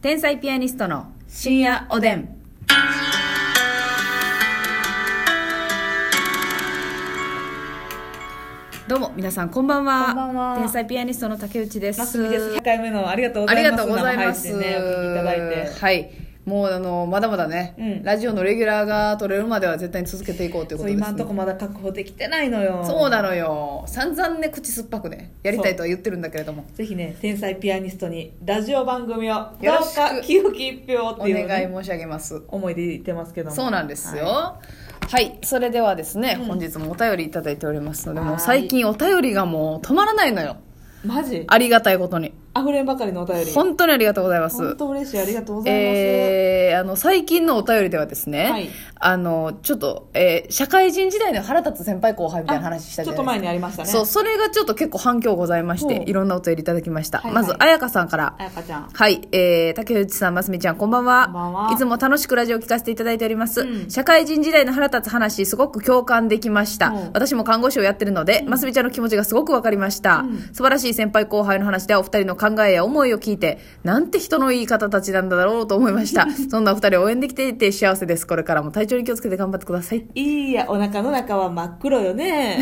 天才ピアニストの深夜おでん。どうも皆さんこんばんはこんばんは天才ピアニストの竹内ですマスミです。1回目のありがとうごあざりいがます。とうございます、生配信ね、お聞きいただいて。はいもうあのまだまだね、うんラジオのレギュラーが取れるまでは絶対に続けていこうということそう、です、ね、今んとこまだ確保できてないのよ。そうなのよ散々ね口酸っぱくねやりたいとは言ってるんだけれどもぜひね、天才ピアニストにラジオ番組をよどろうしくか清き一票おって願いいう、ね、申し上げます思いで言ってますけども。そうなんですよははい、それではですね、うん本日もお便りいただいておりますのでもはうい最近お便りがもう止まらないのよい。マジありがたいことに溢れんばかりのお便り。本当にありがとうございます本当嬉しい。ありがとうございます。えーあの最近のお便りではですね、はいあのちょっと、えー社会人時代の腹立つ先輩後輩みたいな話したあちじょゃっなとい前ですかにありましたね。そうそれがちょっと結構反響ございましほてういろんなお便りいただきました、はいはいまず彩香さんからあやかちゃん。はい、えー、竹内さん、ますみちゃん、こんばんは。こんばんはいつも楽しくラジオを聞かせていただいております。うん社会人時代の腹立つ話、すごく共感できました。うん私も看護師をやってるので、ますみちゃんの気持ちがすごくわかりました、うん素晴らしい先輩後輩の話では、お二人の考えや思いを聞いて、なんて人のいい方たちなんだろうと思いました。そんなお二人を応援できていて幸せです。これからも体調に気をつけて頑張ってください。 いいや、お腹の中は真っ黒よね。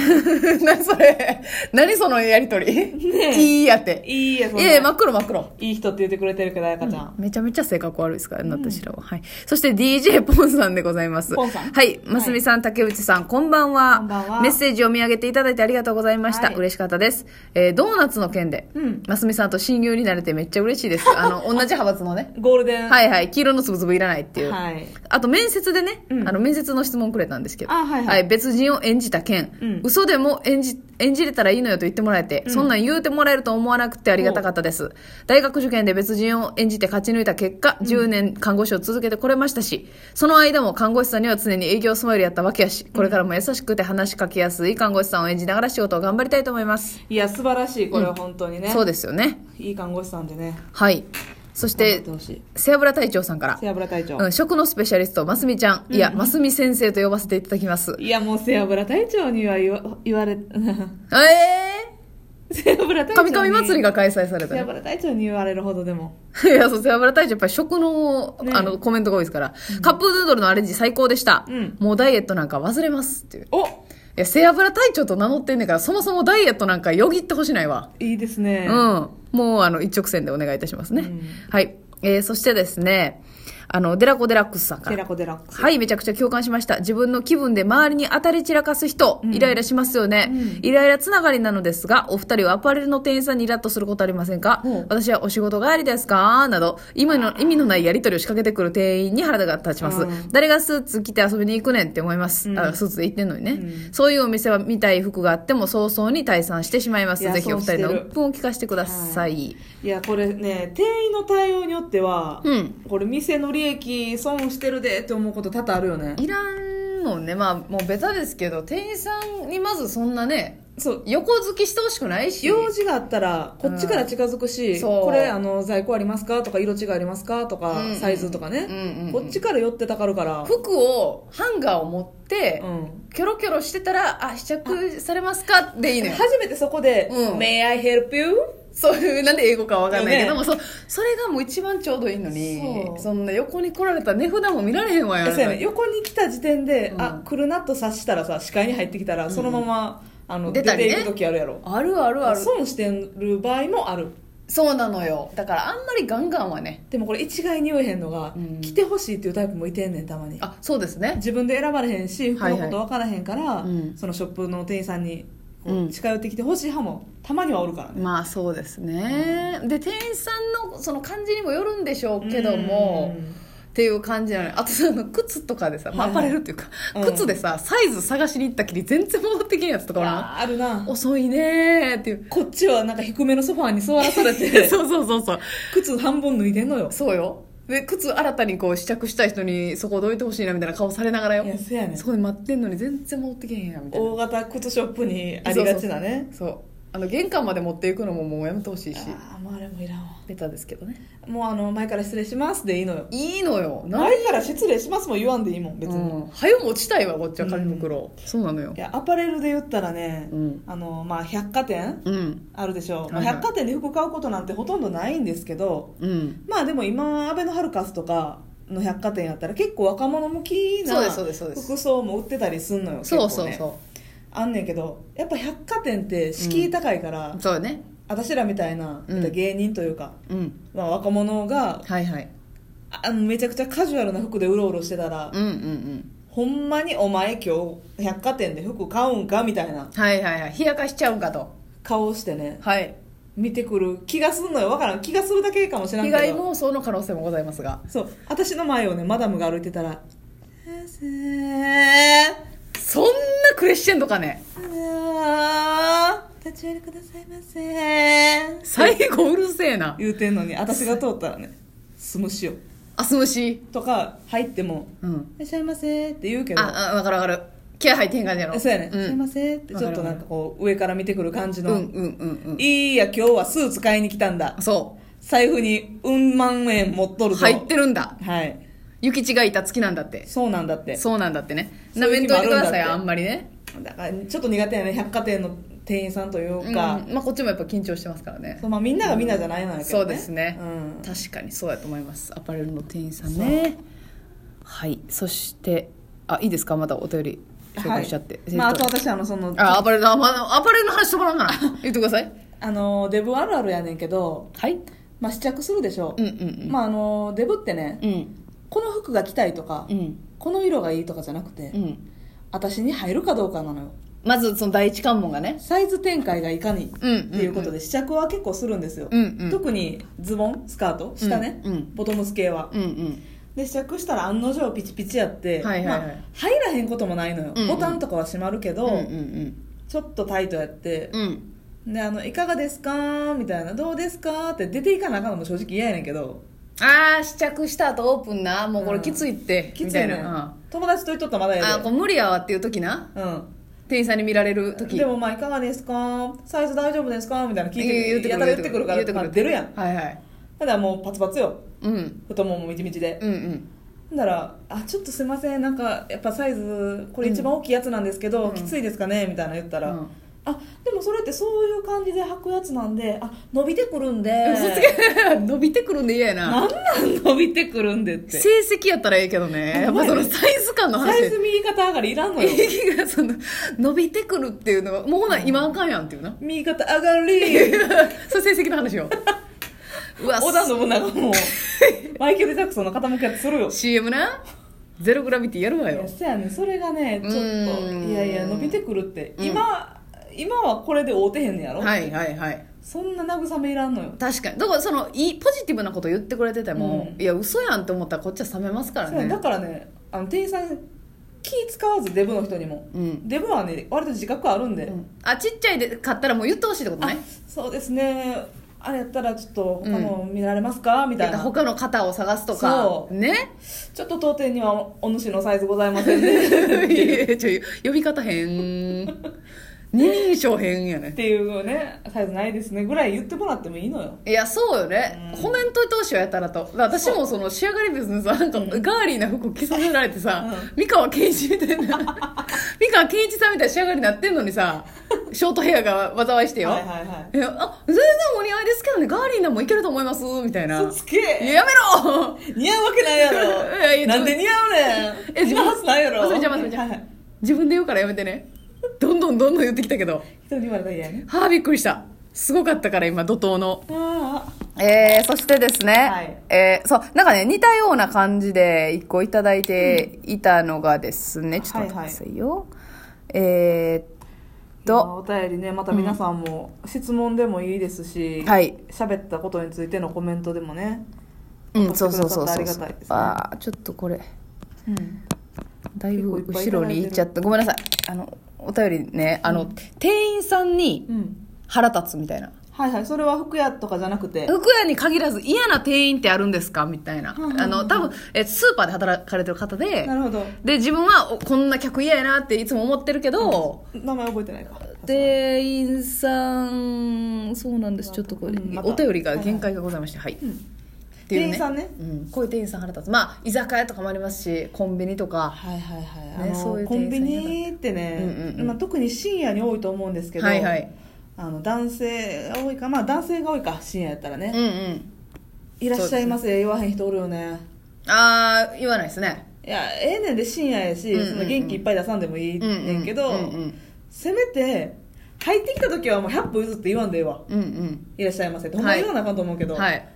何それ何そのやりとり、ねえいいやって。いいや、そんいなやいや、真っ黒真っ黒。いい人って言ってくれてるけど、あやかちゃん。めちゃめちゃ性格悪いですからね、私らは。はい。そして DJ ポンさんでございます。ポンさんはい。ますみさん、竹内さん、こんばんは。こんばんはメッセージを見上げていただいてありがとうございました。はい嬉しかったです。えードーナツの件で、うんますみさんと親友になれてめっちゃ嬉しいです。あ の、同じ派閥のね。ゴールデン。はいはい。黄色のつぶつぶいらないっていう。はいあと面接でね、うんあの面接の質問くれたんですけど、あはいはい別人を演じた件、うん嘘でも演じ演じれたらいいのよと言ってもらえて、そんなん言うてもらえると思わなくてありがたかったです大学受験で別人を演じて勝ち抜いた結果、10年看護師を続けてこれましたしその間も看護師さんには常に営業スマイルやったわけやしこれからも優しくて話しかけやすい看護師さんを演じながら仕事を頑張りたいと思います、いや、素晴らしい、これは本当にね。そうですよねいい看護師さんでね。はいそし頑張っててほしい。背脂隊長さんから背脂隊長。うん、食のスペシャリスト、ますみちゃん。いや、ますみ先生と呼ばせていただきます。いや、もう背脂隊長には言わ言われ、 え背脂え隊ー、長神に。々祭りが開催された背ね。脂隊長に言われるほどでも。 いや、そう、背脂大臣、やっぱり食の、ねあの、コメントが多いですから、カップヌードルのアレンジ最高でした。うんもうダイエットなんか忘れますっていう。いおや、背脂隊長と名乗ってんねんから、そもそもダイエットなんかよぎってほしないわ。いいですね。うん。もう、あの、一直線でお願いいたしますね。うんはい。えー、そしてですね、あの、デラコデラックスさんからテ。ラコデラックス。はい、めちゃくちゃ共感しました。自分の気分で周りに当たり散らかす人、イライラしますよね。うんイライラつながりなのですが、お二人はアパレルの店員さんにイラッとすることありませんかほう私はお仕事帰りですかなど、今の、意味のないやりとりを仕掛けてくる店員に腹が立ちます。うん誰がスーツ着て遊びに行くねんって思います。うんあスーツで行ってんのにね。うそういうお店は見たい服があっても早々に退散してしまいます。いやぜひお二人のそうしてる鬱憤を聞かせてください。いや、これね、店員の対応によっては、うん。これ店の利益損してるでって思うこと多々あるよね。いらんもんね。まあ、もうベタですけど、店員さんにまずそんなね、そう。横付きしてほしくないし用事があったらこっちから近づくし、うんそうこれあの在庫ありますかとか色違いありますかとか、うんサイズとかね、うんうんうんこっちから寄ってたかるから、服をハンガーを持って、うん、キョロキョロしてたら「あ試着されますか?」でいいねん初めてそこで「うん May I help you?」そういうなんで英語かわかんないけどねも、そうそれがもう一番ちょうどいいのにそうそんな横に来られたら値札も見られへんわよそうやね横に来た時点で、うんあ来るなと察したらさ視界に入ってきたらそのまま、あの出出たりねていく時あるやろあるあるある損してる場合もあるそうなのよだからあんまりガンガンはねでもこれ一概に言えへんのが、うん来てほしいっていうタイプもいてんねんたまにあそうですね自分で選ばれへんし服はいのはいこと分からへんから、うんそのショップの店員さんにこうんう近寄ってきてほしい派もたまにはおるからね、まあそうですね、で店員さんのその感じにもよるんでしょうけども、うんっていう感じなのよあとその靴とかでさ、まあはアいパはいレルっていうか、うん靴でさサイズ探しに行ったきり全然戻ってけんやつとかおらんあーあるな遅いねーっていうこっちはなんか低めのソファーに座らされ てそうそうそうそう靴半分脱いでんのよそうよで靴新たにこう試着したい人にそこどいてほしいなみたいな顔されながらよいやそうやねんそこで待ってんのに全然戻ってけへんやみたいな大型靴ショップにありがちなねそうあの玄関まで持っていくのももうやめてほしいしああもうあれもいらんわベタですけどねもうあの前から失礼しますでいいのよいいのよな前から失礼しますも言わんでいいもん別に、うん、早う持ちたいわこっちは紙袋、そうなのよいやアパレルで言ったらね、うんあのまあ百貨店うんあるでしょ、まあはいはい百貨店で服買うことなんてほとんどないんですけどうんまあでも今アベノハルカスとかの百貨店やったら結構若者向きそうなですそうですそうです服装も売ってたりすんのよそう結そ構うねそあんねんけどやっぱ百貨店って敷居高いから、うそうよね私らみたいな、うん芸人というか、うんまあ、若者がはいはいあのめちゃくちゃカジュアルな服でうろうろしてたら、うんうんうんほんまにお前今日百貨店で服買うんかみたいなはいはいはい冷やかしちゃうんかと顔してねはい見てくる気がすんのよわからん気がするだけかもしれん被けど害妄想の可能性もございますがそう私の前をねマダムが歩いてたら「先生そんなクレッシェンドかねあー立ち寄りくださいませ」最後うるせえな言うてんのに私が通ったらね「すむしよあすむし」とか入ってもうん「いらっしゃいませ」って言うけどああ分かる分かる気合入ってへん感じやろそうやね、うん、すいませんってちょっとなんかこう上から見てくる感じうんの、うんうんいいや今日はスーツ買いに来たんだうんそ財布にうん万円持っとうるぞ入ってるんだはい諭吉がいた月なんだってそうなんだってそうなんだってねそなういめうん日もとあいてるくんだってださいあんまりねだからちょっと苦手やね百貨店の店員さんといううんか、まあこっちもやっぱ緊張してますからねそうまあ、みんながみんなじゃないのやけど、ねそうですね、うん確かにそうやと思いますアパレルの店員さんねはいそしてあいいですかまたお便り紹介しちゃって、はいえっとまあ、あと私あのそのああアパレルの、まあアパレルの話止まらんかな言ってくださいのデブあるあるやねんけど、はいまあ、試着するでしょうんうんうんまああのデブってね、うんこの服が着たいとか、うんこの色がいいとかじゃなくて、うん私に入るかどうかなのよまずその第一関門がねサイズ展開がいかにっうんていうことで試着は結構するんですよ、うんうん特にズボンスカート下ね、うんうんボトムス系は、うんうんで試着したら案の定ピチピチやって、はいはいはいまあ、入らへんこともないのよ、うんうんボタンとかは閉まるけど、うんうんちょっとタイトやって、うんうんであの「いかがですか?」みたいな「どうですか?」って出ていかなあかんのも正直嫌やねんけどああ試着した後オープンなもうこれきついって、きみついたねいんな、うん友達と言っとったらまだあーやでこれ無理やわっていう時なうん店員さんに見られる時でもまあ「いかがですかサイズ大丈夫ですか?」みたいな聞い言うてくるてやたら言ってくるから言うてくるまあ出るやんはいはいただもうパツパツようん太ももみちみちでうんうんなら「あちょっとすいませんなんかやっぱサイズこれ一番大きいやつなんですけど、きついですかね?」みたいな言ったらう「んあでもそれってそういう感じで履くやつなんであ伸びてくるんで」嘘つけ伸びてくるんで嫌やななんなん伸びてくるんで」って成績やったらええけどねやっぱそのサイズ感のサイ話ズ右肩上がりいらんのよ息がその伸びてくるっていうのはもうほな今あかんやんっていう な右肩上がりそう成績の話 をうわ織田信長もマイケル・ジャクソンの傾き方するよ CM なゼログラビティやるわいよやそやねそれがねちょっとうーんいやいや伸びてくるって、うん今今はこれで合うてへんねやろ、はいはいはいそんな慰めいらんのよ確かにだからそのいいポジティブなこと言ってくれてても、うんいや嘘やんって思ったらこっちは冷めますからそうやねだからねあの店員さん気使わずデブの人にも、うんデブはね割と自覚あるんで、うんあちっちゃいで買ったらもう言ってほしいってことあねそうですねあれやったらちょっと他の見られますか、みたいな他の型を探すとかそねちょっと当店にはお主のサイズございませんねっい やいやちょ呼び方変二人称変やねていうねサイズないですねぐらい言ってもらってもいいのよいやそうよね、うんコメントいてほしいわやたらとだから私もその仕上がり別にさなんかうんガーリーな服着させられてさ、う三河健一みたい な三河健一さんみたいな仕上がりになってんのにさショートヘアが災いしてよ、はいはいはいいやあ全然お似合いですけどねガーリーなんもいけると思いますみたいな嘘つけいややめろ似合うわけないやろいやいやなんで似合うねんえ自分似合うはずないやろ忘れちゃう忘れちゃうはいはい自分で言うからやめてねどんどんどんどん言ってきたけど人に言われたら嫌やねはあびっくりしたすごかったから今怒涛のああえー、そしてですね、はいえーそうなんかね似たような感じで一個いただいていたのがですね、ちょっと待ってくださいよ、えー、っとお便りねまた皆さんも質問でもいいですし、はい喋ったことについてのコメントでもね、うんそうそうそう送そってくださってありうがそたいうですねあーちょっとこれだいぶ結構いっぱい後ろに行っちゃったごめんなさいあのお便りねあの、店員さんにうん腹立つみたいなはいはいそれは服屋とかじゃなくて服屋に限らず嫌な店員ってあるんですかみたいなうんうんうんあの多分えスーパーで働かれてる方でなるほどで自分はおこんな客嫌やなっていつも思ってるけど、名前覚えてないか店員さんそうなんですちょっとこれ、うんまたお便りが限界がございましてはい、っていう店員さんねうん、こういう店員さん腹立つまあ居酒屋とかもありますしコンビニとかはいはいはい、ねあのそういうコンビ店員ニってね、うんうんうんまあ、特に深夜に多いと思うんですけど、はいはいあの男性が多いかまあ男性が多いか深夜やったらね、うんうんいらっしゃいませ、言わへん人おるよねああ言わないですねいやええねんで深夜やし、うんうんうんその元気いっぱい出さんでもいいねんけど、うんうんせめて入ってきた時はもう100歩譲って言わんでええわうんうんいらっしゃいませってはほいんま言わなあかんと思うけど、はい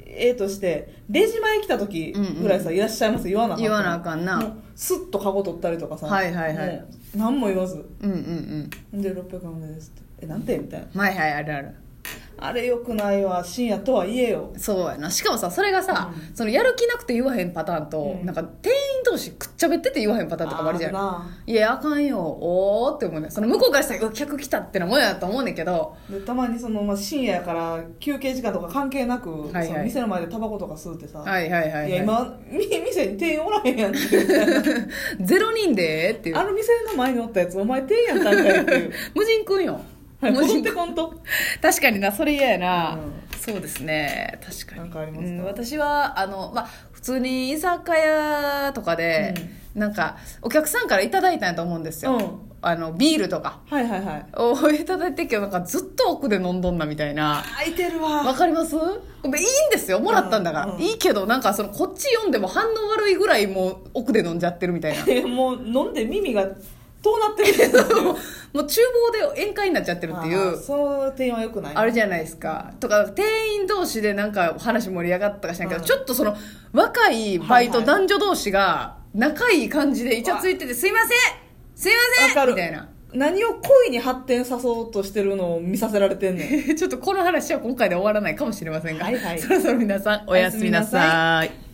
ええとしてレジ前来た時ぐらいさ、うんういらっしゃいませ言わなあかん言わなあかんなもうスッとカゴ取ったりとかさはいはいはいもう何も言わずうんうんうんで600円お願いですってえなんてみたいなはいはいあるあるあれよくないわ深夜とはいえよそうやなしかもさそれがさ、そのやる気なくて言わへんパターンと、うんなんか店員同士くっちゃべってて言わへんパターンとかもあるじゃあんないやあかんよおーって思うねその向こうからしたらうわ客来たってなもんやと思うねんけどでたまにその、まあ、深夜やから休憩時間とか関係なく、いはいその店の前でタバコとか吸うってさ、はいはいはい,、はいい、や今み店に店員おらへんやんっていうゼロ人でっていうあの店の前におったやつお前店員やんかんかいっていう 無人くんよはい無戻っ人て君こんと確かになそれ嫌やな、うんそうですね確かになんかありますかうん私はあの、まあ、普通に居酒屋とかで、なんかお客さんからいただいたんやと思うんですよ、うんあのビールとかはいはいはいをいただいてんけどなんかずっと奥で飲んどんなみたいな空いてるわわかりますいいんですよもらったんだから、うんうんいいけどなんかそのこっち読んでも反応悪いぐらいもう奥で飲んじゃってるみたいなもう飲んで耳がどうなってるんです もうもう厨房で宴会になっちゃってるっていうその店員はよくないあるじゃないですかとか店員同士でなんか話盛り上がったかしらんけど、うんちょっとその若いバイトはいは男女同士が仲いい感じでイチャついてて「すいませんすいわまかせん!」るみたいな 何を恋に発展さそうとしてるのを見させられてんねんちょっとこの話は今回で終わらないかもしれませんが、はいはいそろそろ皆さんおやすみなさい